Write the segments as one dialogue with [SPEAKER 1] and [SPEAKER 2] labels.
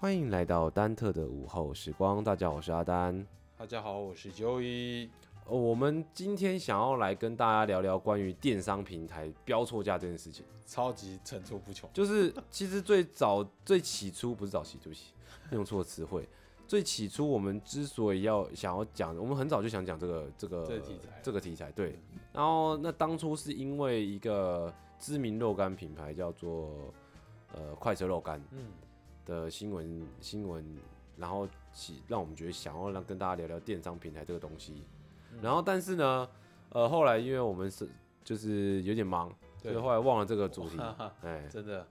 [SPEAKER 1] 欢迎来到丹特的午后时光，大家好，我是阿丹。
[SPEAKER 2] 大家好，我是 Joey。
[SPEAKER 1] 哦，我们今天想要来跟大家聊聊关于电商平台标错价这件事情。
[SPEAKER 2] 超级层出不穷，
[SPEAKER 1] 就是其实最早最起初不是早期，对不起，用错词汇。最起初我们之所以要想要讲，我们很早就想讲这个这个
[SPEAKER 2] 这个题材
[SPEAKER 1] 这个题材对。然后那当初是因为一个知名肉干品牌叫做呃快车肉干，
[SPEAKER 2] 嗯，
[SPEAKER 1] 的新闻新闻，然后起让我们觉得想要让跟大家聊聊电商平台这个东西。
[SPEAKER 2] 嗯
[SPEAKER 1] 然后但是呢，呃，后来因为我们是就是有点忙，所以
[SPEAKER 2] 对
[SPEAKER 1] 后来忘了这个主题
[SPEAKER 2] 哈，哈
[SPEAKER 1] 哎，
[SPEAKER 2] 真的，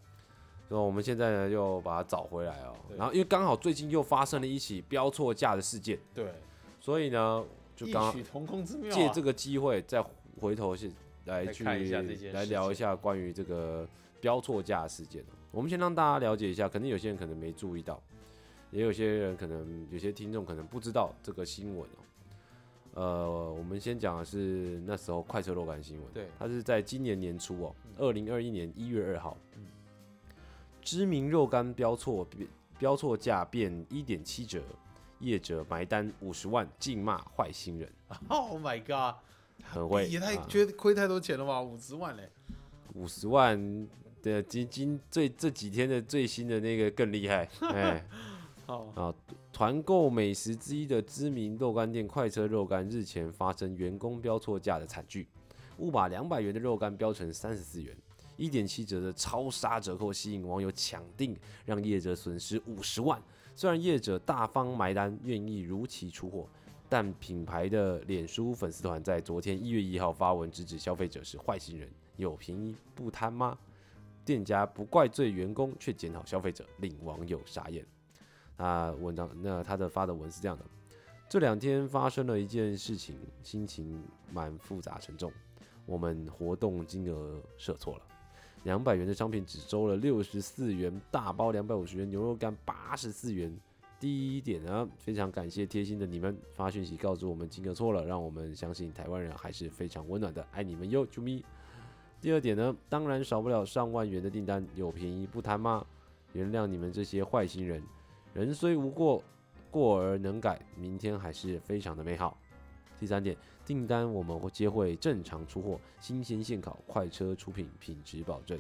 [SPEAKER 1] 所以我们现在呢又把它找回来哦。
[SPEAKER 2] 对
[SPEAKER 1] 然后因为刚好最近又发生了一起标错价的事件，
[SPEAKER 2] 对，
[SPEAKER 1] 所以呢就刚
[SPEAKER 2] 异
[SPEAKER 1] 好
[SPEAKER 2] 曲同工之妙、啊。
[SPEAKER 1] 借这个机会再回头去来去
[SPEAKER 2] 来看一下这件事情
[SPEAKER 1] 来聊一下关于这个标错价事件。我们先让大家了解一下，可能有些人可能没注意到，也有些人可能有些听众可能不知道这个新闻哦。呃，我们先讲的是那时候快车肉干新闻，
[SPEAKER 2] 对嗯
[SPEAKER 1] 它是在今年年初哦，二零二一年一月二号，知名肉干标错标错价变一点七折，业者埋单五十万，净骂坏心人。
[SPEAKER 2] Oh my god，
[SPEAKER 1] 很会，啊
[SPEAKER 2] 也太觉得亏太多钱了吧，五十万嘞！
[SPEAKER 1] 五十、50万的今今最这几天的最新的那个更厉 害，哎，
[SPEAKER 2] 哦，
[SPEAKER 1] 啊，团购美食之一的知名肉干店快车肉干日前发生员工标错价的惨剧，误把两百元的肉干标成三十四元。一点七折的超杀折扣吸引网友抢订，让业者损失五十万。虽然业者大方埋单，愿意如期出货，但品牌的脸书粉丝团在昨天一月一号发文直指消费者是坏心人，有便宜不贪吗？店家不怪罪员工，却检讨消费者，令网友傻眼。那文章那他的发的文是这样的：这两天发生了一件事情，心情蛮复杂沉重。我们活动金额设错了，两百元的商品只收了六十四元，大包两百五十元，牛肉干八十四元。第一点呢，非常感谢贴心的你们发讯息告知我们金额错了，让我们相信台湾人还是非常温暖的，爱你们哟，啾咪。第二点呢，当然少不了上万元的订单，有便宜不贪吗？原谅你们这些坏心人，人虽无过，过而能改，明天还是非常的美好。第三点，订单我们会接会正常出货，新鲜现烤，快车出品，品质保证。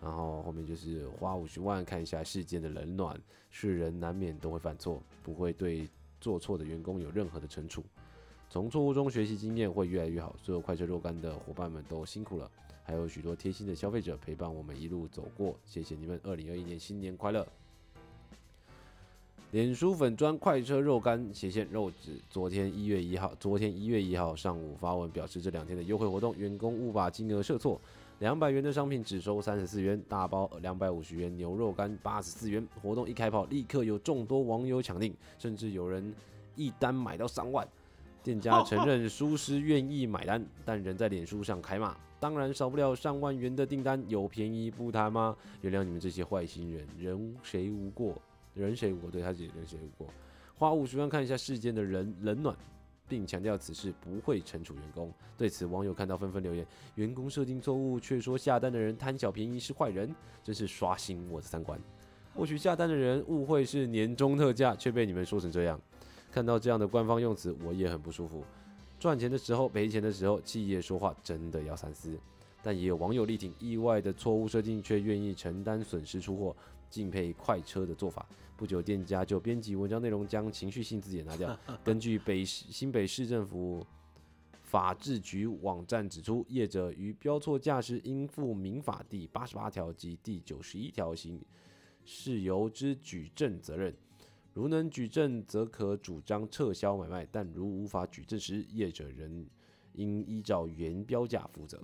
[SPEAKER 1] 然后后面就是花五十万看一下事件的冷暖，是人难免都会犯错，不会对做错的员工有任何的惩处。从错误中学习经验会越来越好。所有快车若干的伙伴们都辛苦了，还有许多贴心的消费者陪伴我们一路走过，谢谢你们！二零二一年新年快乐！脸书粉砖快车肉干斜线肉纸，昨天一月一号，昨天一月一号上午发文表示，这两天的优惠活动，员工误把金额设错，两百元的商品只收三十四元，大包两百五十元，牛肉干八十四元。活动一开跑，立刻有众多网友抢订，甚至有人一单买到上万。店家承认舒适愿意买单， 但仍在脸书上开骂。当然少不了上万元的订单，有便宜不贪吗？原谅你们这些坏心人，人谁无过？人谁无过？对他自己人谁无过？花五十万看一下世间的人冷暖，并强调此事不会惩处员工。对此，网友看到纷纷留言：员工设定错误，却说下单的人贪小便宜是坏人，真是刷新我的三观。或许下单的人误会是年终特价，却被你们说成这样。看到这样的官方用词，我也很不舒服。赚钱的时候，赔钱的时候，企业说话真的要三思。但也有网友力挺意外的错误设定，却愿意承担损失出货，敬佩快车的做法。不久，店家就编辑文章内容，将情绪性字眼拿掉。根据北市新北市政府法制局网站指出，业者于标错价时，应附民法第八十八条及第九十一条刑事由之举证责任。如能举证，则可主张撤销买卖；但如无法举证时，业者仍应依照原标价负责。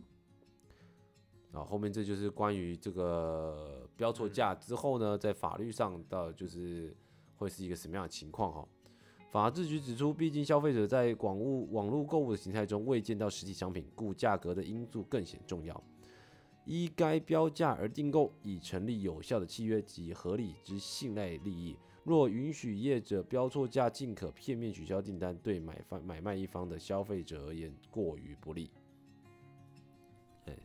[SPEAKER 1] 啊，后面这就是关于这个标错价之后呢，在法律上的就是会是一个什么样的情况哈？法制局指出，毕竟消费者在广物网络购物的形态中未见到实体商品，故价格的因素更显重要。依该标价而订购，已成立有效的契约及合理之信赖利益。若允许业者标错价，尽可片面取消订单，对买方买卖一方的消费者而言过于不利。哎，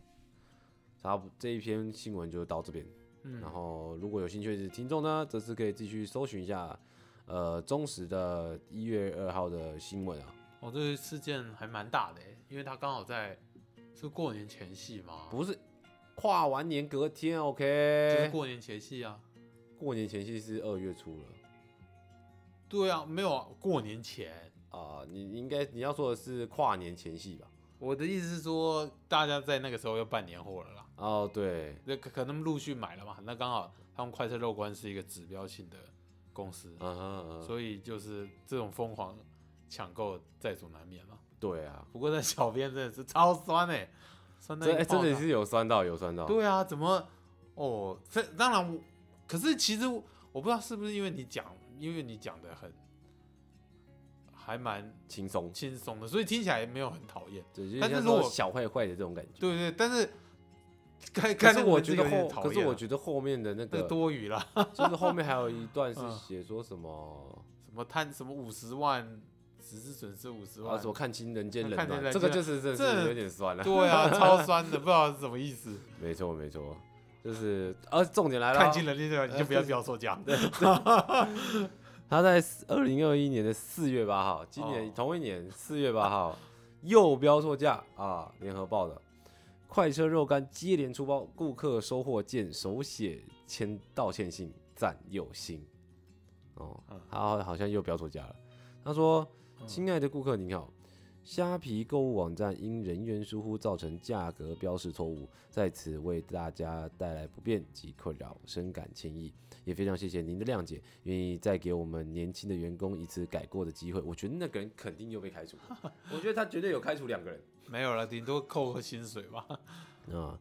[SPEAKER 1] 差不这一篇新闻就到这边。
[SPEAKER 2] 嗯
[SPEAKER 1] 然后如果有兴趣的听众呢，这次可以继续搜寻一下，呃，忠实的一月二号的新闻啊，
[SPEAKER 2] 哦，这个事件还蛮大的欸，因为他刚好在是过年前夕嘛，
[SPEAKER 1] 不是跨完年隔天
[SPEAKER 2] 哦就是
[SPEAKER 1] ，OK，
[SPEAKER 2] 过年前夕啊。
[SPEAKER 1] 过年前夕是二月初了。
[SPEAKER 2] 对啊，没有啊，过年前。
[SPEAKER 1] 啊、你应该你要说的是跨年前夕吧？
[SPEAKER 2] 我的意思是说，大家在那个时候要办年货了啦，
[SPEAKER 1] 哦，对，
[SPEAKER 2] 那可可能陆续买了嘛，那刚好他们快车肉官是一个指标性的公司，
[SPEAKER 1] 嗯哼嗯哼，
[SPEAKER 2] 所以就是这种疯狂抢购在所难免嘛。
[SPEAKER 1] 对啊，
[SPEAKER 2] 不过那小编真的是超酸哎、酸到
[SPEAKER 1] 这、
[SPEAKER 2] 一个
[SPEAKER 1] 哎真
[SPEAKER 2] 爆
[SPEAKER 1] 的
[SPEAKER 2] 炸
[SPEAKER 1] 是有酸到有酸到，
[SPEAKER 2] 对啊，怎么哦？这当然我，可是其实我我不知道是不是因为你讲，因为你讲的很还蛮
[SPEAKER 1] 轻松，
[SPEAKER 2] 轻松的，所以听起来没有很讨厌。
[SPEAKER 1] 对，就是
[SPEAKER 2] 但是
[SPEAKER 1] 像
[SPEAKER 2] 如
[SPEAKER 1] 说
[SPEAKER 2] 果
[SPEAKER 1] 小坏坏的这种感觉。
[SPEAKER 2] 对对，但是看
[SPEAKER 1] 可
[SPEAKER 2] 看
[SPEAKER 1] 是
[SPEAKER 2] 那个
[SPEAKER 1] 我
[SPEAKER 2] 文
[SPEAKER 1] 觉
[SPEAKER 2] 字
[SPEAKER 1] 得
[SPEAKER 2] 有点
[SPEAKER 1] 后，
[SPEAKER 2] 讨
[SPEAKER 1] 可是
[SPEAKER 2] 厌
[SPEAKER 1] 我
[SPEAKER 2] 啊
[SPEAKER 1] 觉得后面的那
[SPEAKER 2] 那个
[SPEAKER 1] 个，
[SPEAKER 2] 多余啦，
[SPEAKER 1] 就是后面还有一段是
[SPEAKER 2] 嗯
[SPEAKER 1] 写说什么
[SPEAKER 2] 什么贪什么五十万，只是损失五十
[SPEAKER 1] 啊，
[SPEAKER 2] 万，
[SPEAKER 1] 什么看清人间冷
[SPEAKER 2] 看清
[SPEAKER 1] 暖，
[SPEAKER 2] 人
[SPEAKER 1] 这个
[SPEAKER 2] 间
[SPEAKER 1] 就是真的
[SPEAKER 2] 这
[SPEAKER 1] 是有点酸了。
[SPEAKER 2] 对啊，超酸的，不知道是什么意思。
[SPEAKER 1] 没错没错，就是而重点来了
[SPEAKER 2] 看
[SPEAKER 1] 哦，
[SPEAKER 2] 清人家你就不要表售价。
[SPEAKER 1] 他在二零二一年的四月八号，今年、
[SPEAKER 2] 哦
[SPEAKER 1] 同一年 四月八号又标错价啊！联合报的快车肉干接连出包，顾客收货见手写签道歉信，赞有心。哦
[SPEAKER 2] 嗯，
[SPEAKER 1] 他好像又标错价了。他说：“
[SPEAKER 2] 嗯
[SPEAKER 1] 亲爱的顾客您好，虾皮购物网站因人员疏忽造成价格标示错误，在此为大家带来不便及困扰，深感歉意，也非常谢谢您的谅解，愿意再给我们年轻的员工一次改过的机会。我觉得那个人肯定又被开除了，我觉得他绝对有开除两个人
[SPEAKER 2] 没有了，顶多扣个薪水吧。
[SPEAKER 1] 啊。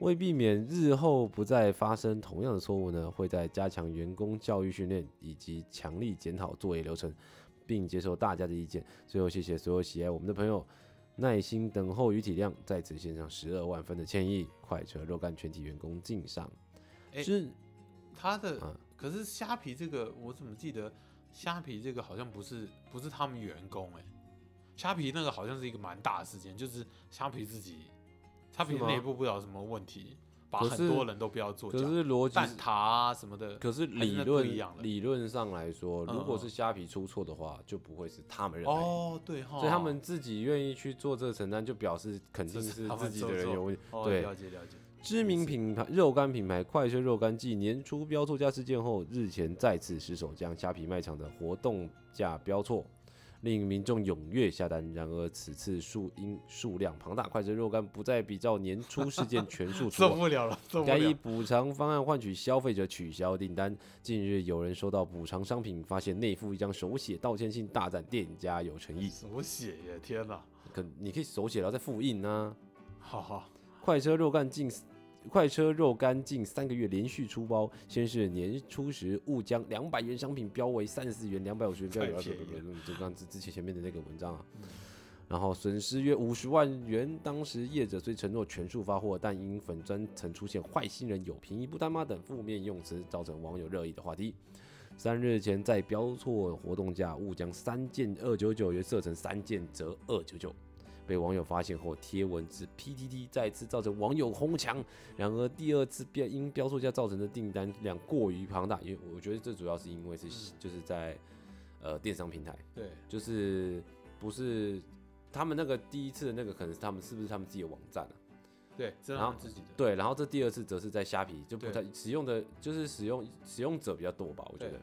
[SPEAKER 1] 为避免日后不再发生同样的错误呢，会在加强员工教育训练以及强力检讨作业流程，并接受大家的意见。最后，谢谢所有喜爱我们的朋友。耐心等候与体谅，在此献上十二万分的歉意。快车肉干全体员工敬上。
[SPEAKER 2] 哎
[SPEAKER 1] 是
[SPEAKER 2] 他的
[SPEAKER 1] 嗯
[SPEAKER 2] 可是虾皮这个，我怎么记得虾皮这个好像不是不是他们员工哎、虾皮那个好像是一个蛮大的事件，就是虾皮自己，虾皮
[SPEAKER 1] 是吗
[SPEAKER 2] 内部不知道有什么问题，把
[SPEAKER 1] 可是
[SPEAKER 2] 很多人都不要做
[SPEAKER 1] 可
[SPEAKER 2] 假
[SPEAKER 1] 是逻辑
[SPEAKER 2] 蛋挞啊什么的，
[SPEAKER 1] 可是理
[SPEAKER 2] 还是那不
[SPEAKER 1] 论
[SPEAKER 2] 一样了
[SPEAKER 1] 理论上来说，
[SPEAKER 2] 嗯
[SPEAKER 1] 如果是虾皮出错的话，就不会是他们人害
[SPEAKER 2] 哦对哈，
[SPEAKER 1] 所以他们自己愿意去做这个承担，就表示肯定
[SPEAKER 2] 这
[SPEAKER 1] 是
[SPEAKER 2] 是他们
[SPEAKER 1] 自己的人
[SPEAKER 2] 做
[SPEAKER 1] 有问题。
[SPEAKER 2] 哦
[SPEAKER 1] 对
[SPEAKER 2] 了解了解，
[SPEAKER 1] 知名品牌肉干品牌快车肉干继年初标错价事件后，日前再次失手将虾皮卖场的活动价标错，令民众踊跃下单。然而此次数因数量庞大，快车肉干不再比照年初事件全 数出
[SPEAKER 2] 受
[SPEAKER 1] 货。
[SPEAKER 2] 不了了，受不
[SPEAKER 1] 该以
[SPEAKER 2] 了，
[SPEAKER 1] 补偿方案换取消费者取消订单。近日有人收到补偿商品，发现内附一张手写道歉信，大赞店家有诚意。
[SPEAKER 2] 手写耶，天哪，
[SPEAKER 1] 可你可以手写，然后再复印啊。
[SPEAKER 2] 好好
[SPEAKER 1] 快车肉干近快车肉干近三个月连续出包，先是年初时误将两百元商品标为三十四元、两百五十元标为
[SPEAKER 2] 太
[SPEAKER 1] 200
[SPEAKER 2] 便宜了
[SPEAKER 1] 元，就刚之之前前面的那个文章啊。然后损失约五十万元，当时业者虽承诺全数发货，但因粉专曾出现“坏心人有便宜不担吗”等负面用词，造成网友热议的话题。三日前在标错活动价，误将三件二九九元设成三件折二九九，被网友发现后贴文至 PTT，再次造成网友哄抢。然而第二次标因标错价造成的订单量过于庞大，因为我觉得这主要是因为是、就是在呃电商平台，
[SPEAKER 2] 对，
[SPEAKER 1] 就是不是他们那个第一次的那个可能是他们是不是他们自己的网站啊？
[SPEAKER 2] 对，这是
[SPEAKER 1] 然
[SPEAKER 2] 他
[SPEAKER 1] 后
[SPEAKER 2] 们自己的，
[SPEAKER 1] 对，然后这第二次则是在虾皮，就不
[SPEAKER 2] 对
[SPEAKER 1] 太使用的，就是使用使用者比较多吧，我觉
[SPEAKER 2] 对
[SPEAKER 1] 得。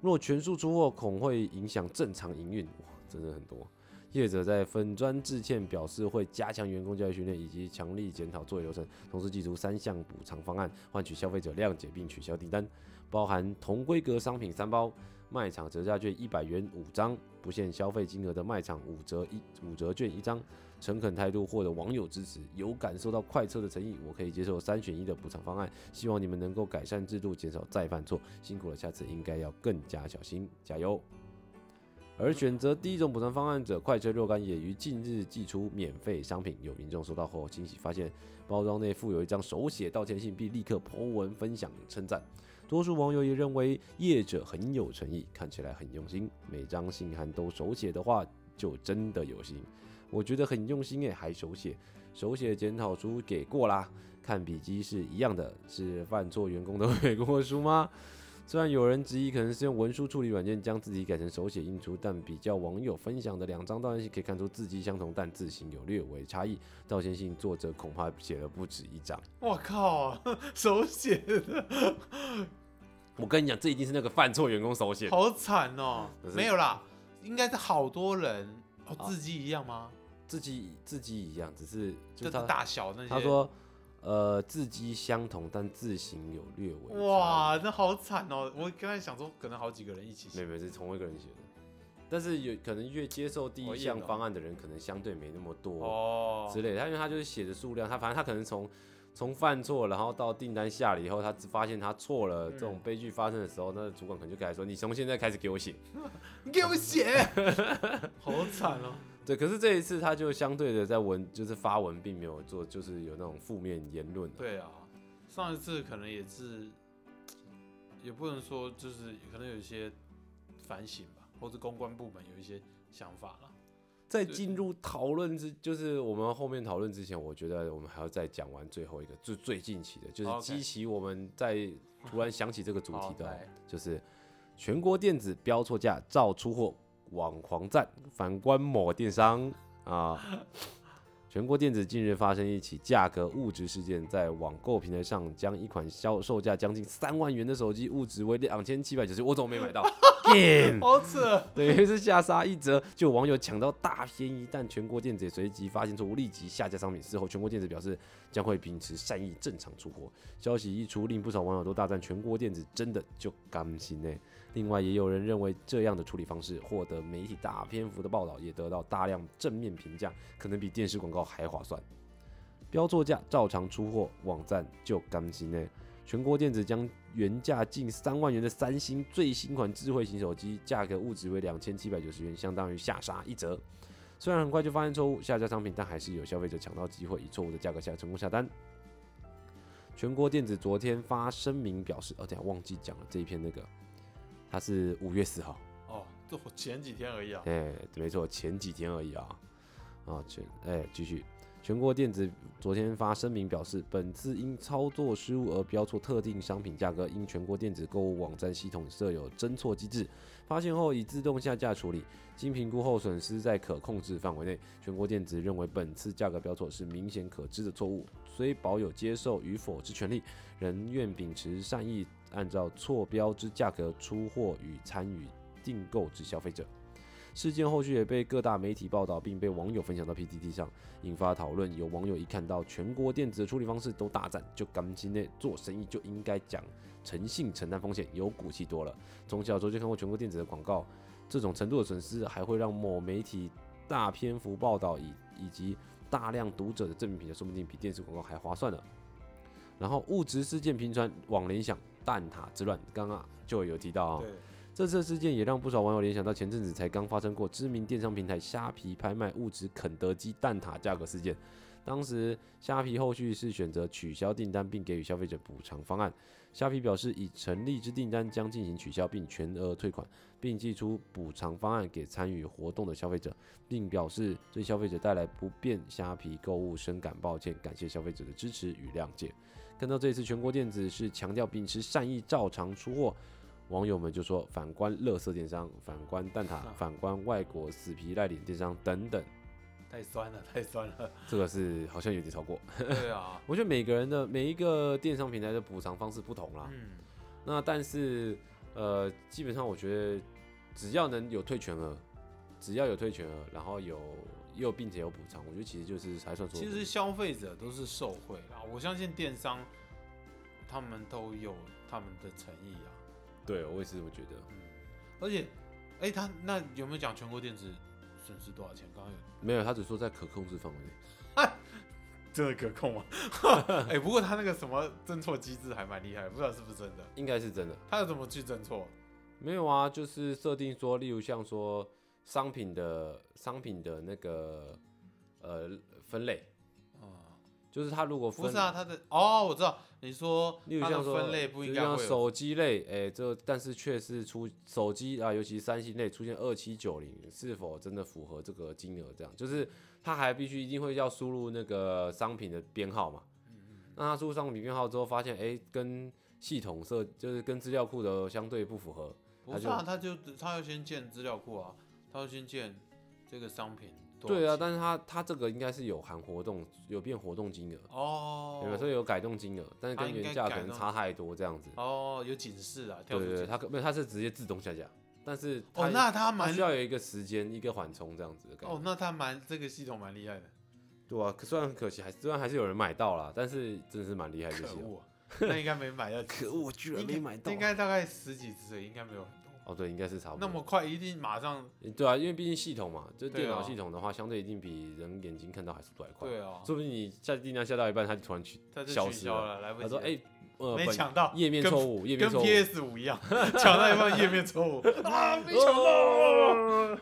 [SPEAKER 1] 若全数出货，恐会影响正常营运，哇，真的很多。业者在粉专致歉，表示会加强员工教育训练以及强力检讨作业流程，同时祭出三项补偿方案，换取消费者谅解并取消订单，包含同规格商品三包，卖场折价券一百元五张，不限消费金额的卖场五折一五折券一张，诚恳态度获得网友支持，有感受到快车的诚意，我可以接受三选一的补偿方案。希望你们能够改善制度，减少再犯错。辛苦了，下次应该要更加小心，加油！而选择第一种补偿方案者，快车肉干也于近日寄出免费商品。有民众收到后惊喜，发现包装内附有一张手写道歉信，并立刻 po 文分享称赞。多数网友也认为业者很有诚意，看起来很用心。每张信函都手写的话，就真的有心。我觉得很用心诶，还手写，手写检讨书给过啦，看笔记是一样的，是犯错员工都给过书吗？ 虽然有人质疑可能是用文书处理软件将自己改成手写印出，但比较网友分享的两张照片可以看出字迹相同，但字形有略微差异。道歉信作者恐怕写了不止一张。
[SPEAKER 2] 我靠， 手写的
[SPEAKER 1] 我跟你讲，这一定是那个犯错员工手写的。
[SPEAKER 2] 好惨哦、
[SPEAKER 1] 嗯可是
[SPEAKER 2] 没有啦，应该是好多人哦，
[SPEAKER 1] 啊
[SPEAKER 2] 字迹一样吗？
[SPEAKER 1] 自己自己一样，只是就
[SPEAKER 2] 就是是
[SPEAKER 1] 他
[SPEAKER 2] 大小那些。
[SPEAKER 1] 他说，呃，字迹相同，但字形有略微差异，
[SPEAKER 2] 哇，那好惨哦、我刚才想说，可能好几个人一起
[SPEAKER 1] 没
[SPEAKER 2] 写
[SPEAKER 1] 有，没有是同一个人写的，但是有可能越接受第
[SPEAKER 2] 哦
[SPEAKER 1] 一
[SPEAKER 2] 硬
[SPEAKER 1] 项
[SPEAKER 2] 哦
[SPEAKER 1] 方案的人，可能相对没那么多
[SPEAKER 2] 哦，
[SPEAKER 1] 之类的。他因为他就是写的数量，他反正他可能从从犯错，然后到订单下了以后，他只发现他错了，这种
[SPEAKER 2] 嗯
[SPEAKER 1] 悲剧发生的时候，那主管可能就开始说，你从现在开始给我写。
[SPEAKER 2] 你给我写， 好惨哦、
[SPEAKER 1] 对，可是这一次他就相对的在文就是发文，并没有做就是有那种负面言论啊。
[SPEAKER 2] 对啊，上一次可能也是，也不能说就是可能有一些反省吧，或者公关部门有一些想法啦。
[SPEAKER 1] 在
[SPEAKER 2] 对
[SPEAKER 1] 进入讨论之，就是我们后面讨论之前，我觉得我们还要再讲完最后一个，最最近期的，就是
[SPEAKER 2] OK
[SPEAKER 1] 激起我们 在突然想起这个主题
[SPEAKER 2] 好
[SPEAKER 1] 的哦
[SPEAKER 2] 来，
[SPEAKER 1] 就是全国电子标错价，照出货，网狂赞，反观某电商啊。全国电子近日发生一起价格误值事件，在网购平台上将一款销售价将近三万元的手机误值为两千七百九十，我怎么没买到？干
[SPEAKER 2] 好扯，
[SPEAKER 1] 等于是下杀一折，就有网友抢到大便宜，但全国电子也随即发现错误，立即下架商品。事后，全国电子表示将会秉持善意正常出货。消息一出，令不少网友都大赞全国电子真的就甘心呢。另外，也有人认为这样的处理方式获得媒体大篇幅的报道，也得到大量正面评价，可能比电视广告还划算。标错价照常出货，网站就甘心呢。全国电子将原价近三万元的三星最新款智慧型手机价格物值为两千七百九十元，相当于下杀一折。虽然很快就发现错误，下架商品，但还是有消费者抢到机会，以错误的价格下成功下单。全国电子昨天发声明表示，哦，等一下忘记讲了这一篇那个，它是五月四号，
[SPEAKER 2] 哦，这我前几天而已啊。
[SPEAKER 1] 哎、没错，前几天而已啊。啊，全哎，继续。全国电子昨天发声明表示，本次因操作失误而标错特定商品价格，因全国电子购物网站系统设有侦错机制，发现后已自动下架处理。经评估后，损失在可控制范围内。全国电子认为本次价格标错是明显可知的错误，虽保有接受与否之权利，仍愿秉持善意，按照错标之价格出货与参与订购之消费者。事件后续也被各大媒体报道，并被网友分享到 PTT 上，引发讨论。有网友一看到全国电子的处理方式都大赞，就甘心呢做生意就应该讲诚信、承担风险，有骨气多了。从小时候就看过全国电子的广告，这种程度的损失还会让某媒体大篇幅报道以以及大量读者的正面评价，说不定比电视广告还划算呢。然后物质事件频传，网联想蛋挞之乱，刚刚就有提到啊、
[SPEAKER 2] 对，
[SPEAKER 1] 这次事件也让不少网友联想到前阵子才刚发生过知名电商平台虾皮拍卖物质肯德基蛋挞价格事件。当时虾皮后续是选择取消订单，并给予消费者补偿方案。虾皮表示，已成立之订单将进行取消，并全额退款，并寄出补偿方案给参与活动的消费者，并表示对消费者带来不便，虾皮购物深感抱歉，感谢消费者的支持与谅解。看到这次全国电子是强调秉持善意，照常出货，网友们就说反观乐色电商、反观蛋挞、
[SPEAKER 2] 啊
[SPEAKER 1] 反观外国死皮赖脸电商等等，
[SPEAKER 2] 太酸了，太酸了。
[SPEAKER 1] 这个是好像有点超过。
[SPEAKER 2] 对啊，
[SPEAKER 1] 我觉得每个人的每一个电商平台的补偿方式不同啦。
[SPEAKER 2] 嗯，
[SPEAKER 1] 那但是呃，基本上我觉得只要能有退全额，只要有退全额，然后有又并且有补偿，我觉得其实就是还算说，
[SPEAKER 2] 其实消费者都是受贿啦，我相信电商他们都有他们的诚意啊。
[SPEAKER 1] 对我也是这么觉得，
[SPEAKER 2] 而且，哎、他那有没有讲全国电子损失多少钱？刚刚有
[SPEAKER 1] 没有他只说在可控制范围内。
[SPEAKER 2] 真的可控 吗？哎、不过他那个什么侦错机制还蛮厉害，不知道是不是真的。
[SPEAKER 1] 应该是真的，
[SPEAKER 2] 他要怎么去侦错？
[SPEAKER 1] 没有啊，就是设定说，例如像说商品的商品的那个呃分类，
[SPEAKER 2] 嗯，
[SPEAKER 1] 就是它如果
[SPEAKER 2] 不
[SPEAKER 1] 分
[SPEAKER 2] 是，啊，它的哦，我知道，你说
[SPEAKER 1] 例如
[SPEAKER 2] 它
[SPEAKER 1] 像
[SPEAKER 2] 的
[SPEAKER 1] 说
[SPEAKER 2] 分类不应
[SPEAKER 1] 就
[SPEAKER 2] 该
[SPEAKER 1] 像
[SPEAKER 2] 会有
[SPEAKER 1] 手机类，哎、这但是却是出手机啊，尤其是三星类出现二七九零，是否真的符合这个金额？这样就是它还必须一定会要输入那个商品的编号嘛。
[SPEAKER 2] 嗯
[SPEAKER 1] 那它输入商品编号之后，发现哎、跟系统设就是跟资料库的相对不符合，
[SPEAKER 2] 不是啊，他就他要先建资料库啊，他要先建这个商品多少钱。
[SPEAKER 1] 对啊，但是它它这个应该是有含活动，有变活动金额，有没有？
[SPEAKER 2] 哦
[SPEAKER 1] 所以有改动金额，但是
[SPEAKER 2] 它
[SPEAKER 1] 跟
[SPEAKER 2] 应
[SPEAKER 1] 原
[SPEAKER 2] 该
[SPEAKER 1] 价可
[SPEAKER 2] 改
[SPEAKER 1] 能
[SPEAKER 2] 动
[SPEAKER 1] 差太多这样子。
[SPEAKER 2] 哦，有警示啊，跳
[SPEAKER 1] 对
[SPEAKER 2] 出
[SPEAKER 1] 对
[SPEAKER 2] 警
[SPEAKER 1] 对，
[SPEAKER 2] 示。
[SPEAKER 1] 它可没有，它是直接自动下架，但是它
[SPEAKER 2] 哦，那
[SPEAKER 1] 它
[SPEAKER 2] 他蛮
[SPEAKER 1] 需要有一个时间，一个缓冲这样子的感觉。
[SPEAKER 2] 哦，那他蛮这个系统蛮厉害的，
[SPEAKER 1] 对啊，可虽然很可惜，还虽然还是有人买到啦，但是真的是哦蛮厉害这
[SPEAKER 2] 可
[SPEAKER 1] 些。
[SPEAKER 2] 恶啊，那应该没买到，
[SPEAKER 1] 可恶，居
[SPEAKER 2] 应该应该大概十几只，应该没有很多。
[SPEAKER 1] 哦，对，应该是差不多。
[SPEAKER 2] 那么快，一定马上
[SPEAKER 1] 对啊，因为毕竟系统嘛，就
[SPEAKER 2] 对
[SPEAKER 1] 电脑
[SPEAKER 2] 啊
[SPEAKER 1] 系统的话，相对一定比人眼睛看到还速度还快。
[SPEAKER 2] 对啊，
[SPEAKER 1] 说不定你下订单下到一半，它就突然去
[SPEAKER 2] 他就
[SPEAKER 1] 消
[SPEAKER 2] 取
[SPEAKER 1] 失
[SPEAKER 2] 消了，来不及
[SPEAKER 1] 他说：“
[SPEAKER 2] 了。
[SPEAKER 1] 哎、呃，
[SPEAKER 2] 没
[SPEAKER 1] 本
[SPEAKER 2] 抢到，
[SPEAKER 1] 页面
[SPEAKER 2] 跟
[SPEAKER 1] 错误，页面
[SPEAKER 2] 跟
[SPEAKER 1] 错误。
[SPEAKER 2] PS 五一样，抢到一半页面错误啊，没抢到。
[SPEAKER 1] 哦，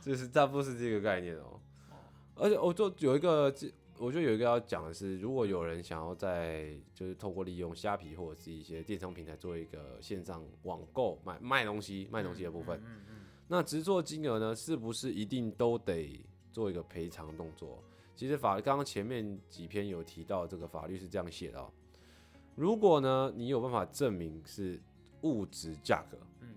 [SPEAKER 1] 就是大部分是这个概念哦。而且我就有一个，我就有一个要讲的是，如果有人想要在就是透过利用虾皮或者是一些电商平台做一个线上网购买卖东西 卖东西的部分，
[SPEAKER 2] 嗯嗯
[SPEAKER 1] 那直做金额呢，是不是一定都得做一个赔偿动作？其实法刚刚前面几篇有提到，这个法律是这样写的、哦：如果呢你有办法证明是物质价格，
[SPEAKER 2] 嗯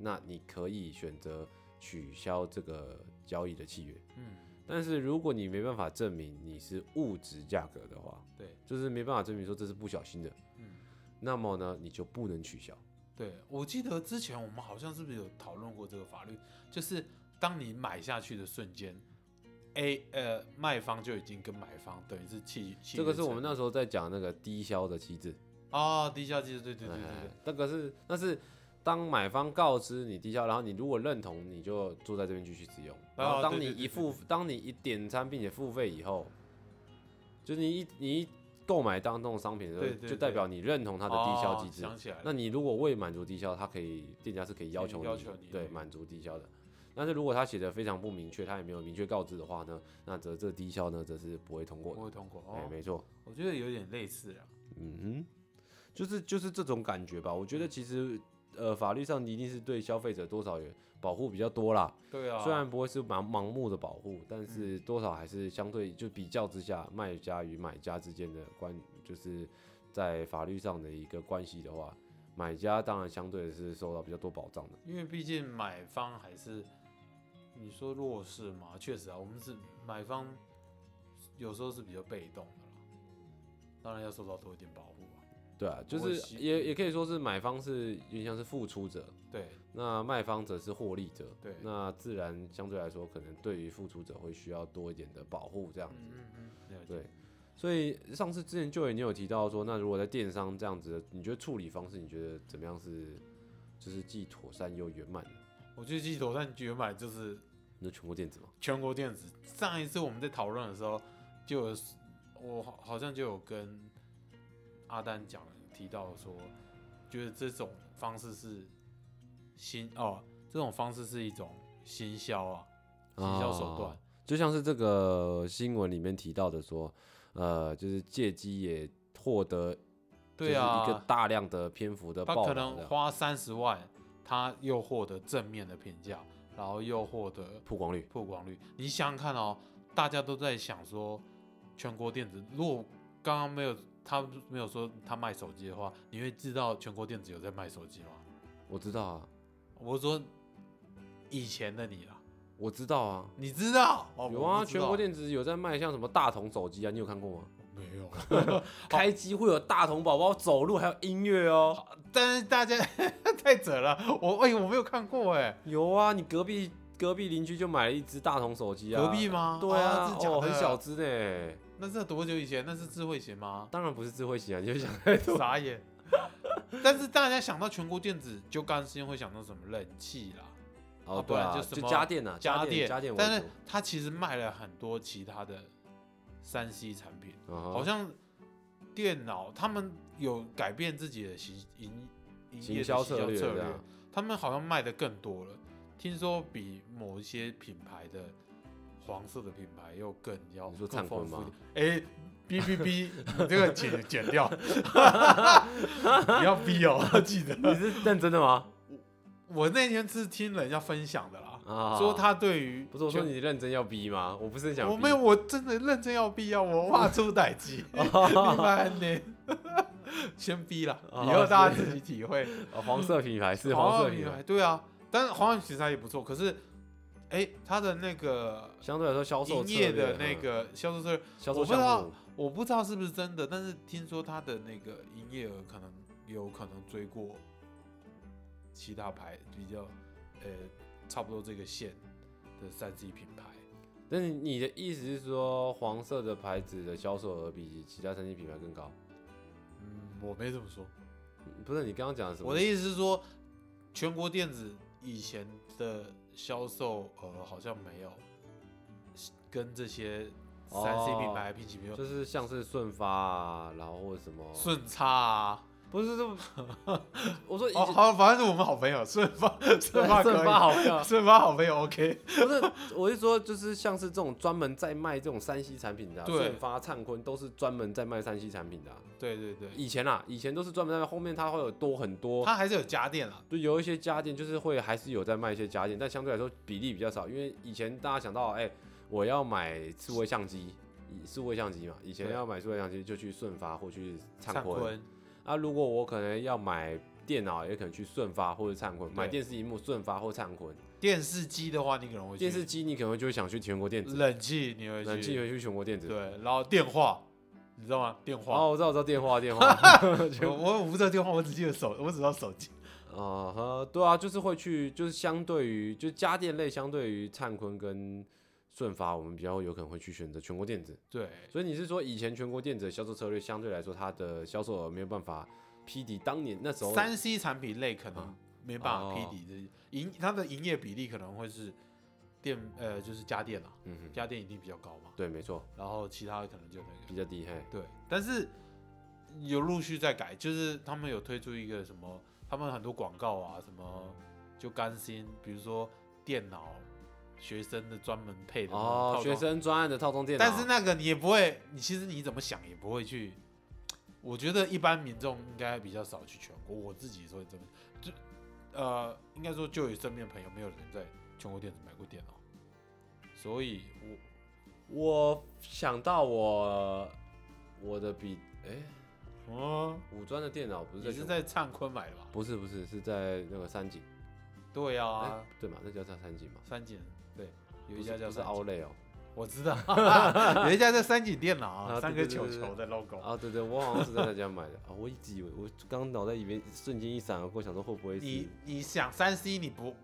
[SPEAKER 1] 那你可以选择取消这个交易的契约。
[SPEAKER 2] 嗯嗯，
[SPEAKER 1] 但是如果你没办法证明你是物质价格的话，
[SPEAKER 2] 对，
[SPEAKER 1] 就是没办法证明说这是不小心的，
[SPEAKER 2] 嗯，
[SPEAKER 1] 那么呢你就不能取消。
[SPEAKER 2] 对，我记得之前我们好像是不是有讨论过这个法律，就是当你买下去的瞬间，A 呃卖方就已经跟买方等于是契契
[SPEAKER 1] 这
[SPEAKER 2] 约
[SPEAKER 1] 个是我们
[SPEAKER 2] 成
[SPEAKER 1] 那时候在讲那个低消的机制，
[SPEAKER 2] 哦低消记得对对对对
[SPEAKER 1] 哎
[SPEAKER 2] 对，
[SPEAKER 1] 这个是那是当买方告知你低消，然后你如果认同，你就住在这边继续使用。然后当你
[SPEAKER 2] 哦对对对
[SPEAKER 1] 一付，当你一点餐并且付费以后，就是你一你一购买当中的商品的时候，
[SPEAKER 2] 对对
[SPEAKER 1] 就代表你认同它的低消机
[SPEAKER 2] 哦
[SPEAKER 1] 制。
[SPEAKER 2] 想起来了，
[SPEAKER 1] 那你如果未满足低消，它可以店家是可以要求你
[SPEAKER 2] 要求你
[SPEAKER 1] 对
[SPEAKER 2] 嗯
[SPEAKER 1] 满足低消的。但是如果他写的非常不明确，他也没有明确告知的话呢，那则这低消呢则是不会通过
[SPEAKER 2] 我
[SPEAKER 1] 的。
[SPEAKER 2] 会通过
[SPEAKER 1] 哎、
[SPEAKER 2] 哦，
[SPEAKER 1] 没错。
[SPEAKER 2] 我觉得有点类似啊，
[SPEAKER 1] 嗯哼，就是就是这种感觉吧。我觉得其实呃，法律上一定是对消费者多少有保护比较多啦，
[SPEAKER 2] 对啊，
[SPEAKER 1] 虽然不会是盲盲目的保护，但是多少还是相对就比较之下，卖家与买家之间的关，就是在法律上的一个关系的话，买家当然相对是受到比较多保障的。
[SPEAKER 2] 因为毕竟买方还是你说弱势嘛，确实啊，我们是买方有时候是比较被动的啦，当然要受到多一点保护啊。
[SPEAKER 1] 对啊，就
[SPEAKER 2] 不会
[SPEAKER 1] 是
[SPEAKER 2] 吸
[SPEAKER 1] 也也可以说是买方是有点像是付出者，
[SPEAKER 2] 对
[SPEAKER 1] 那卖方则是获利者，
[SPEAKER 2] 对，
[SPEAKER 1] 那自然相对来说可能对于付出者会需要多一点的保护这样子。
[SPEAKER 2] 嗯嗯嗯，了解
[SPEAKER 1] 对所以上次之前就也你有提到说，那如果在电商这样子的，你觉得处理方式，你觉得怎么样是就是既妥善又圆满的？
[SPEAKER 2] 我觉得鸡头蛋绝买就是
[SPEAKER 1] 你说全国电子吗？
[SPEAKER 2] 全国电子。上一次我们在讨论的时候，就有我好好像就有跟阿丹讲提到说，觉得这种方式是新哦，这种方式是一种新销啊，行销手段。
[SPEAKER 1] 哦就像是这个新闻里面提到的说，呃，就是借机也获得
[SPEAKER 2] 对啊，
[SPEAKER 1] 就是一个大量的篇幅的
[SPEAKER 2] 他
[SPEAKER 1] 报
[SPEAKER 2] 可
[SPEAKER 1] 道
[SPEAKER 2] 能
[SPEAKER 1] 这样，
[SPEAKER 2] 花三十万，他又获得正面的评价，然后又获得
[SPEAKER 1] 曝光率。
[SPEAKER 2] 曝光率。你想想看哦，大家都在想说，全国电子，如果刚刚没有他没有说他卖手机的话，你会知道全国电子有在卖手机吗？
[SPEAKER 1] 我知道啊，
[SPEAKER 2] 我是说以前的你啦，啊
[SPEAKER 1] 我知道啊，
[SPEAKER 2] 你知道？哦、
[SPEAKER 1] 有
[SPEAKER 2] 我
[SPEAKER 1] 啊，
[SPEAKER 2] 不知
[SPEAKER 1] 全国
[SPEAKER 2] 道
[SPEAKER 1] 电子有在卖像什么大同手机啊，你有看过吗？
[SPEAKER 2] 没有，
[SPEAKER 1] 开机会有大同宝宝走路，还有音乐哦。
[SPEAKER 2] 但是大家 太扯了，我哎、我没有看过哎、
[SPEAKER 1] 有啊，你隔壁隔壁邻居就买了一只大同手机啊。
[SPEAKER 2] 隔壁？吗？
[SPEAKER 1] 对啊，
[SPEAKER 2] 是假的、
[SPEAKER 1] 哦，很小只呢。？
[SPEAKER 2] 那是多久以前？那是智慧型吗
[SPEAKER 1] 当然不是智慧型啊，你 就想太多。
[SPEAKER 2] 傻眼。但是大家想到全国电子，就刚先会想到什么冷气啦、
[SPEAKER 1] 哦，
[SPEAKER 2] 啊
[SPEAKER 1] 对啊
[SPEAKER 2] 不，然就
[SPEAKER 1] 就
[SPEAKER 2] 什么
[SPEAKER 1] 家电啊，家
[SPEAKER 2] 电、
[SPEAKER 1] 家电为
[SPEAKER 2] 但是
[SPEAKER 1] 主。
[SPEAKER 2] 它其实卖了很多其他的三 C 产品，
[SPEAKER 1] 好
[SPEAKER 2] 好像电脑他们有改变自己的行营营业
[SPEAKER 1] 行
[SPEAKER 2] 的
[SPEAKER 1] 销
[SPEAKER 2] 策
[SPEAKER 1] 策略这样。
[SPEAKER 2] 他们好像卖的更多了。听说比某一些品牌的黄色的品牌又更要
[SPEAKER 1] 你说
[SPEAKER 2] 更
[SPEAKER 1] 灿
[SPEAKER 2] 丰
[SPEAKER 1] 坤
[SPEAKER 2] 富一
[SPEAKER 1] 吗
[SPEAKER 2] 点。哎，哔哔 哔，你这个剪剪掉，不要逼哦，记得。
[SPEAKER 1] 你是认真的 吗？
[SPEAKER 2] 我那天是听人家分享的啦，
[SPEAKER 1] 啊，
[SPEAKER 2] 说他对于
[SPEAKER 1] 不是我说
[SPEAKER 2] 全，
[SPEAKER 1] 你认真要逼吗？我不是想逼
[SPEAKER 2] 我没有，，我真的认真要逼 啊，我怕出歹机，你慢点，先逼了，
[SPEAKER 1] 哦
[SPEAKER 2] 以后大家自己体会。
[SPEAKER 1] 哦黄色品牌 是
[SPEAKER 2] 黄
[SPEAKER 1] 黄色
[SPEAKER 2] 品
[SPEAKER 1] 品牌，
[SPEAKER 2] 牌，对啊，但是黄色品牌也不错，可是，哎，它的那个
[SPEAKER 1] 相对来说销售
[SPEAKER 2] 营
[SPEAKER 1] 策
[SPEAKER 2] 业
[SPEAKER 1] 略
[SPEAKER 2] 的
[SPEAKER 1] 嗯
[SPEAKER 2] 那个销售策略，
[SPEAKER 1] 销售
[SPEAKER 2] 我不知
[SPEAKER 1] 项
[SPEAKER 2] 道
[SPEAKER 1] 目，
[SPEAKER 2] 我不知道是不是真的，但是听说它的那个营业额可能有可能追过其他牌比较，呃，差不多这个线的三 C 品牌。
[SPEAKER 1] 但是你的意思是说，黄色的牌子的销售额比其他三星品牌更高？
[SPEAKER 2] 嗯，我没这么说，
[SPEAKER 1] 不是你刚刚讲的什么？
[SPEAKER 2] 我的意思是说，全国电子以前的销售额好像没有跟这些
[SPEAKER 1] 哦
[SPEAKER 2] 三 C 品牌比起没有
[SPEAKER 1] 就是像是顺发啊，然后或者什么，
[SPEAKER 2] 顺差啊。
[SPEAKER 1] 不是这么， 我说以
[SPEAKER 2] 哦，
[SPEAKER 1] 前
[SPEAKER 2] 好，反正是我们好朋友顺发，顺 发
[SPEAKER 1] 对
[SPEAKER 2] 可
[SPEAKER 1] 顺发
[SPEAKER 2] 以，
[SPEAKER 1] 好像
[SPEAKER 2] 顺发好朋友 OK。
[SPEAKER 1] 不是，我是说就是像是这种专门在卖这种山西产品的啊、
[SPEAKER 2] 对
[SPEAKER 1] 顺发、灿坤都是专门在卖山西产品的啊、
[SPEAKER 2] 对对对，
[SPEAKER 1] 以前啊，以前都是专门在卖，后面它会有多很多
[SPEAKER 2] 它还是有家电啦。
[SPEAKER 1] 就有一些家电就是会还是有在卖一些家电，但相对来说比例比较少，因为以前大家想到，哎、我要买数位相机，以数位相机嘛，以前
[SPEAKER 2] 对
[SPEAKER 1] 要买数位相机就去顺发或去
[SPEAKER 2] 灿
[SPEAKER 1] 灿坤，啊，如果我可能要买电脑，也可能去顺发或者灿坤，
[SPEAKER 2] 对
[SPEAKER 1] 买电视荧幕顺发或灿坤，
[SPEAKER 2] 电视机的话，你可能会去
[SPEAKER 1] 电视机你可能就会想去全国电子，
[SPEAKER 2] 冷气你会去
[SPEAKER 1] 冷气也会去全国电子，
[SPEAKER 2] 对，然后电话，你知道吗？电话，
[SPEAKER 1] 哦，我知道我知道电话 电话，
[SPEAKER 2] 我我不知道电话，我只记得手，我只知道手机。
[SPEAKER 1] 啊哈，对啊，就是会去，就是相对于就是家电类，相对于灿坤跟顺发，我们比较有可能会去选择全国电子。
[SPEAKER 2] 对，
[SPEAKER 1] 所以你是说以前全国电子的销售策略相对来说，它的销售额没有办法匹敌当年那时候
[SPEAKER 2] 三 C 产品类可能
[SPEAKER 1] 啊
[SPEAKER 2] 没办法匹
[SPEAKER 1] 哦
[SPEAKER 2] 敌这营，它的营业比例可能会是电呃就是家电啦，
[SPEAKER 1] 嗯哼，
[SPEAKER 2] 家电一定比较高嘛，
[SPEAKER 1] 对，没错，
[SPEAKER 2] 然后其他的可能就那个
[SPEAKER 1] 比较低嘿。
[SPEAKER 2] 对，但是有陆续在改，就是他们有推出一个什么，他们很多广告啊什么就甘心，比如说电脑学生的专门配的那种
[SPEAKER 1] 哦
[SPEAKER 2] 套，装
[SPEAKER 1] 学，生专案的套装电脑，
[SPEAKER 2] 但是那个你也不会，你其实你怎么想也不会去。我觉得一般民众应该比较少去全国，我自己说真的，就呃，应该说就有身边的朋友没有人在全国电子买过电脑，所以我
[SPEAKER 1] 我想到我我的笔，哎、
[SPEAKER 2] 哦，
[SPEAKER 1] 五专的电脑不是在
[SPEAKER 2] 你是
[SPEAKER 1] 全
[SPEAKER 2] 在灿坤买的吧？
[SPEAKER 1] 不是不是是在那个三井
[SPEAKER 2] 对呀、
[SPEAKER 1] 哎
[SPEAKER 2] 啊。
[SPEAKER 1] 对嘛？那叫叫三井嘛？
[SPEAKER 2] 三井，对，有
[SPEAKER 1] 不是
[SPEAKER 2] 一家叫
[SPEAKER 1] 不是
[SPEAKER 2] 三井，
[SPEAKER 1] 奥莱哦。
[SPEAKER 2] 我 知道，有一家叫三井电脑啊，
[SPEAKER 1] 啊
[SPEAKER 2] 三个
[SPEAKER 1] 对对
[SPEAKER 2] 球
[SPEAKER 1] 对对
[SPEAKER 2] 球的 logo，
[SPEAKER 1] 啊，对对，我好像是在他家买的 啊。我一直以为，我刚脑袋里面瞬间一闪而过，想说会不会是
[SPEAKER 2] 你你想三 C 你不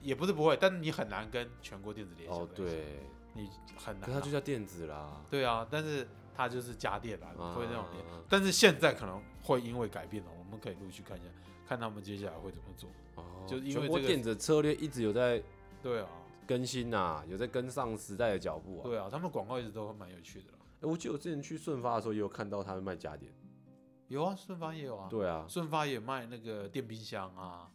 [SPEAKER 2] 也不是不会，但是你很难跟全国电子联想
[SPEAKER 1] 哦
[SPEAKER 2] 在一起，
[SPEAKER 1] 对，
[SPEAKER 2] 你很
[SPEAKER 1] 可
[SPEAKER 2] 难
[SPEAKER 1] 是它就
[SPEAKER 2] 啊，
[SPEAKER 1] 叫电子啦，
[SPEAKER 2] 对啊，但是它就是家电啦，
[SPEAKER 1] 啊
[SPEAKER 2] 会那种电，但是现在可能会因为改变了，我们可以陆续看一下，看他们接下来会怎么做，
[SPEAKER 1] 哦，
[SPEAKER 2] 就是因为
[SPEAKER 1] 全国
[SPEAKER 2] 这个
[SPEAKER 1] 电子策略一直有在
[SPEAKER 2] 对啊，
[SPEAKER 1] 更新呐、有在跟上时代的脚步啊。
[SPEAKER 2] 对啊，他们广告一直都蛮有趣的啦，
[SPEAKER 1] 诶我记得我之前去顺发的时候，也有看到他们卖家电。
[SPEAKER 2] 有啊，顺发也有啊，
[SPEAKER 1] 对啊，
[SPEAKER 2] 顺发也卖那个电冰箱啊，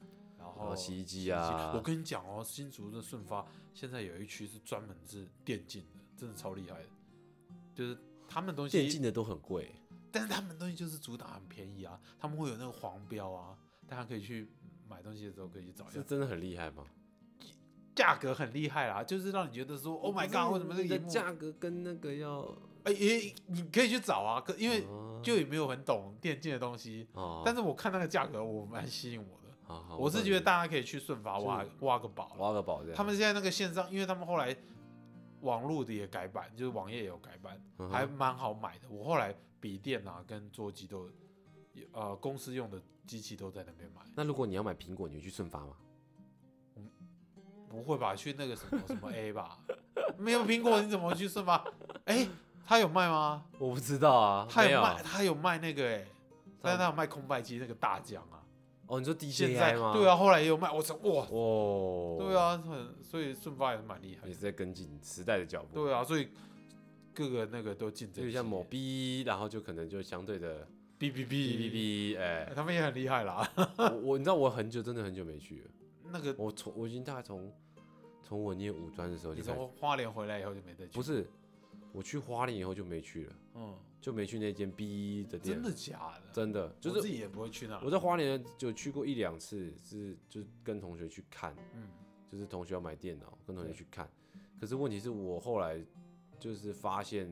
[SPEAKER 1] 然
[SPEAKER 2] 然后
[SPEAKER 1] 后洗衣机啊，
[SPEAKER 2] 我跟你讲哦，新竹的顺发现在有一区是专门是电竞的，真的超厉害的，就是他们东
[SPEAKER 1] 电
[SPEAKER 2] 西，
[SPEAKER 1] 竞的都很贵
[SPEAKER 2] 但是他们东西就是主打很便宜啊，他们会有那个黄标啊，大家可以去买东西的时候可以去找一
[SPEAKER 1] 是
[SPEAKER 2] 下，
[SPEAKER 1] 真的很厉害吗
[SPEAKER 2] 价格很厉害啦，就是让你觉得说 Oh my god，为什么这
[SPEAKER 1] 哦你
[SPEAKER 2] 个
[SPEAKER 1] 的
[SPEAKER 2] 荧幕？
[SPEAKER 1] 价格跟那个要？
[SPEAKER 2] 哎、也你可以去找啊，可因为
[SPEAKER 1] 啊
[SPEAKER 2] 就也没有很懂电竞的东西，
[SPEAKER 1] 哦，
[SPEAKER 2] 但是我看那个价格，我蛮吸引我的，
[SPEAKER 1] 好好
[SPEAKER 2] 我是觉得
[SPEAKER 1] 大
[SPEAKER 2] 大家可以去顺发挖
[SPEAKER 1] 就
[SPEAKER 2] 挖个宝啦。
[SPEAKER 1] 挖个宝啊这样，
[SPEAKER 2] 他们现在那个线上，因为他们后来网络的也改版，就是网页也有改版，
[SPEAKER 1] 嗯哼
[SPEAKER 2] 还蛮好买的。我后来笔电啊跟桌机都有，呃，公司用的机器都在那边买。
[SPEAKER 1] 那如果你要买苹果，你会去顺发吗？
[SPEAKER 2] 不会吧？去那个什么什么 A 吧？没有苹果你怎么去顺发？哎、他有卖吗？
[SPEAKER 1] 我不知道啊，
[SPEAKER 2] 他
[SPEAKER 1] 没
[SPEAKER 2] 有
[SPEAKER 1] 有
[SPEAKER 2] 卖，他有卖那个哎、但是他有卖空白机那个大疆啊。
[SPEAKER 1] 哦，你说
[SPEAKER 2] 现在
[SPEAKER 1] DJI 吗？
[SPEAKER 2] 对，啊，后来也有卖。我操哇！
[SPEAKER 1] 哦，
[SPEAKER 2] 对，啊，很所以顺发也是蛮厉害
[SPEAKER 1] 也
[SPEAKER 2] 的。
[SPEAKER 1] 是在跟进时代的脚步。
[SPEAKER 2] 对啊，所以各个那个都竞争
[SPEAKER 1] 就
[SPEAKER 2] 激烈。
[SPEAKER 1] 像某 B，然后就可能就相对的
[SPEAKER 2] B
[SPEAKER 1] B
[SPEAKER 2] B B
[SPEAKER 1] B B，哎、
[SPEAKER 2] 他们也很厉害啦。
[SPEAKER 1] 我我你知道我很久真的很久没去了，
[SPEAKER 2] 那个
[SPEAKER 1] 我从我已经大概从从我念五专的时候
[SPEAKER 2] 你
[SPEAKER 1] 就开始，
[SPEAKER 2] 从花莲回来以后就没再去？
[SPEAKER 1] 不，是，我去花莲以后就没去了，
[SPEAKER 2] 嗯，
[SPEAKER 1] 就没去那间 B 的店
[SPEAKER 2] 真
[SPEAKER 1] 了，
[SPEAKER 2] 的假的？
[SPEAKER 1] 真的就
[SPEAKER 2] 我
[SPEAKER 1] 是
[SPEAKER 2] 自己啊也不会去那。
[SPEAKER 1] 我在花莲就去过一两次，是就是跟同学去看，
[SPEAKER 2] 嗯，
[SPEAKER 1] 就是同学要买电脑，跟同学
[SPEAKER 2] 对
[SPEAKER 1] 去看。可是问题是我后来就是发现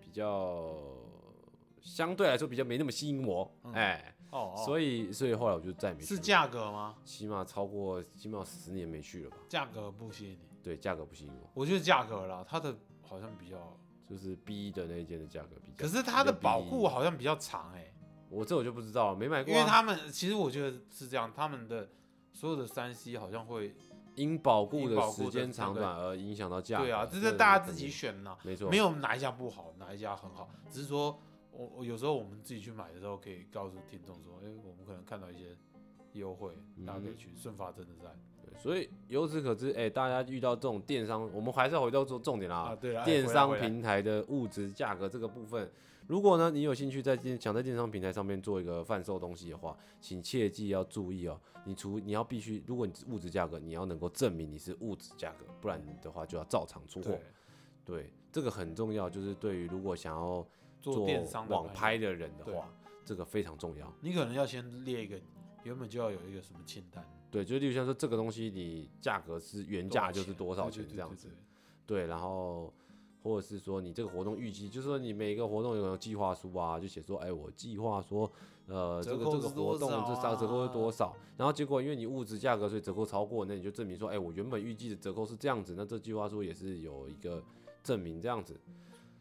[SPEAKER 1] 比较相对来说比较没那么吸引我，
[SPEAKER 2] 嗯
[SPEAKER 1] 哎、
[SPEAKER 2] 哦哦，
[SPEAKER 1] 所以所以后来我就再也没去
[SPEAKER 2] 是
[SPEAKER 1] 过，
[SPEAKER 2] 价格吗？
[SPEAKER 1] 起码超过起码十年没去了吧？
[SPEAKER 2] 价格不吸引你，
[SPEAKER 1] 对，价格不吸引我，
[SPEAKER 2] 我觉得价格啦，它的好像比较，
[SPEAKER 1] 就是 B 的那一间的价格比较。
[SPEAKER 2] 可是它的
[SPEAKER 1] 比
[SPEAKER 2] 保护好像比较长哎、
[SPEAKER 1] 我这我就不知道了，没买过、
[SPEAKER 2] 因
[SPEAKER 1] 啊。
[SPEAKER 2] 为他们其实我觉得是这样，他们的所有的山西好像会，
[SPEAKER 1] 因保固
[SPEAKER 2] 因
[SPEAKER 1] 的
[SPEAKER 2] 保
[SPEAKER 1] 时
[SPEAKER 2] 固的
[SPEAKER 1] 间
[SPEAKER 2] 那
[SPEAKER 1] 长
[SPEAKER 2] 个
[SPEAKER 1] 短而影响到价格。
[SPEAKER 2] 对啊，这
[SPEAKER 1] 个
[SPEAKER 2] 是大家
[SPEAKER 1] 肯
[SPEAKER 2] 自己
[SPEAKER 1] 定
[SPEAKER 2] 选啦，
[SPEAKER 1] 嗯没错，
[SPEAKER 2] 没
[SPEAKER 1] 有
[SPEAKER 2] 有哪一家不好，哪一家很好，只是说我我有时候我们自己去买的时候可以告诉听众说，哎、我们可能看到一些优惠，大家可以去，
[SPEAKER 1] 嗯
[SPEAKER 2] 顺发真的在
[SPEAKER 1] 所以由此可知，哎、大家遇到这种电商，我们还是要回到做重点啦。
[SPEAKER 2] 啊，对啊，哎
[SPEAKER 1] 电商，
[SPEAKER 2] 回来回来
[SPEAKER 1] 平台的物质价格这个部分，如果呢你有兴趣在电想在电商平台上面做一个贩售东西的话，请切记要注意哦。你除你要必须，如果你是物质价格，你要能够证明你是物质价格，不然的话就要照常出货。
[SPEAKER 2] 对，
[SPEAKER 1] 对，这个很重要，就是对于如果想要
[SPEAKER 2] 做电商的
[SPEAKER 1] 网
[SPEAKER 2] 朋友
[SPEAKER 1] 拍的人的
[SPEAKER 2] 对
[SPEAKER 1] 话，这个非常重要。
[SPEAKER 2] 你可能要先列一个，原本就要有一个什么清单，
[SPEAKER 1] 对，就例如像说这个东西，你价格是原价就是多少钱
[SPEAKER 2] 对对对
[SPEAKER 1] 这样子
[SPEAKER 2] 对。
[SPEAKER 1] 对，然后或者是说你这个活动预计，就是说你每一个活动有没有计划书啊，就写说，哎，我计划说，呃，这
[SPEAKER 2] 折
[SPEAKER 1] 个
[SPEAKER 2] 扣
[SPEAKER 1] 这个
[SPEAKER 2] 是多
[SPEAKER 1] 活动
[SPEAKER 2] 少
[SPEAKER 1] 这三折扣是
[SPEAKER 2] 啊
[SPEAKER 1] 多少？然后结果因为你物质价格，所以折扣超过，那你就证明说，哎，我原本预计的折扣是这样子，那这计划书也是有一个证明这样子。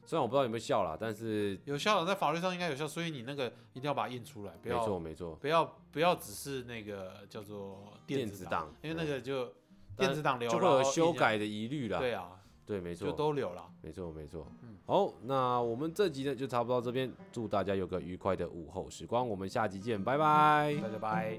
[SPEAKER 1] 虽然我不知道有没有效啦，但是
[SPEAKER 2] 有效的，在法律上应该有效，所以你那个一定要把它印出来，不
[SPEAKER 1] 没
[SPEAKER 2] 要
[SPEAKER 1] 错没错，
[SPEAKER 2] 不要不要只是那个叫做
[SPEAKER 1] 电子
[SPEAKER 2] 子
[SPEAKER 1] 档
[SPEAKER 2] 因为那个就
[SPEAKER 1] 但
[SPEAKER 2] 电子档留
[SPEAKER 1] 就会
[SPEAKER 2] 然后
[SPEAKER 1] 有
[SPEAKER 2] 一
[SPEAKER 1] 修
[SPEAKER 2] 直
[SPEAKER 1] 改的疑虑啦。
[SPEAKER 2] 对啊，
[SPEAKER 1] 对，没
[SPEAKER 2] 就
[SPEAKER 1] 错。
[SPEAKER 2] 都留了。
[SPEAKER 1] 没错，没错。好，那我们这集呢就差不多到这边，祝大家有个愉快的午后时光，我们下集见，拜拜。
[SPEAKER 2] 大家拜。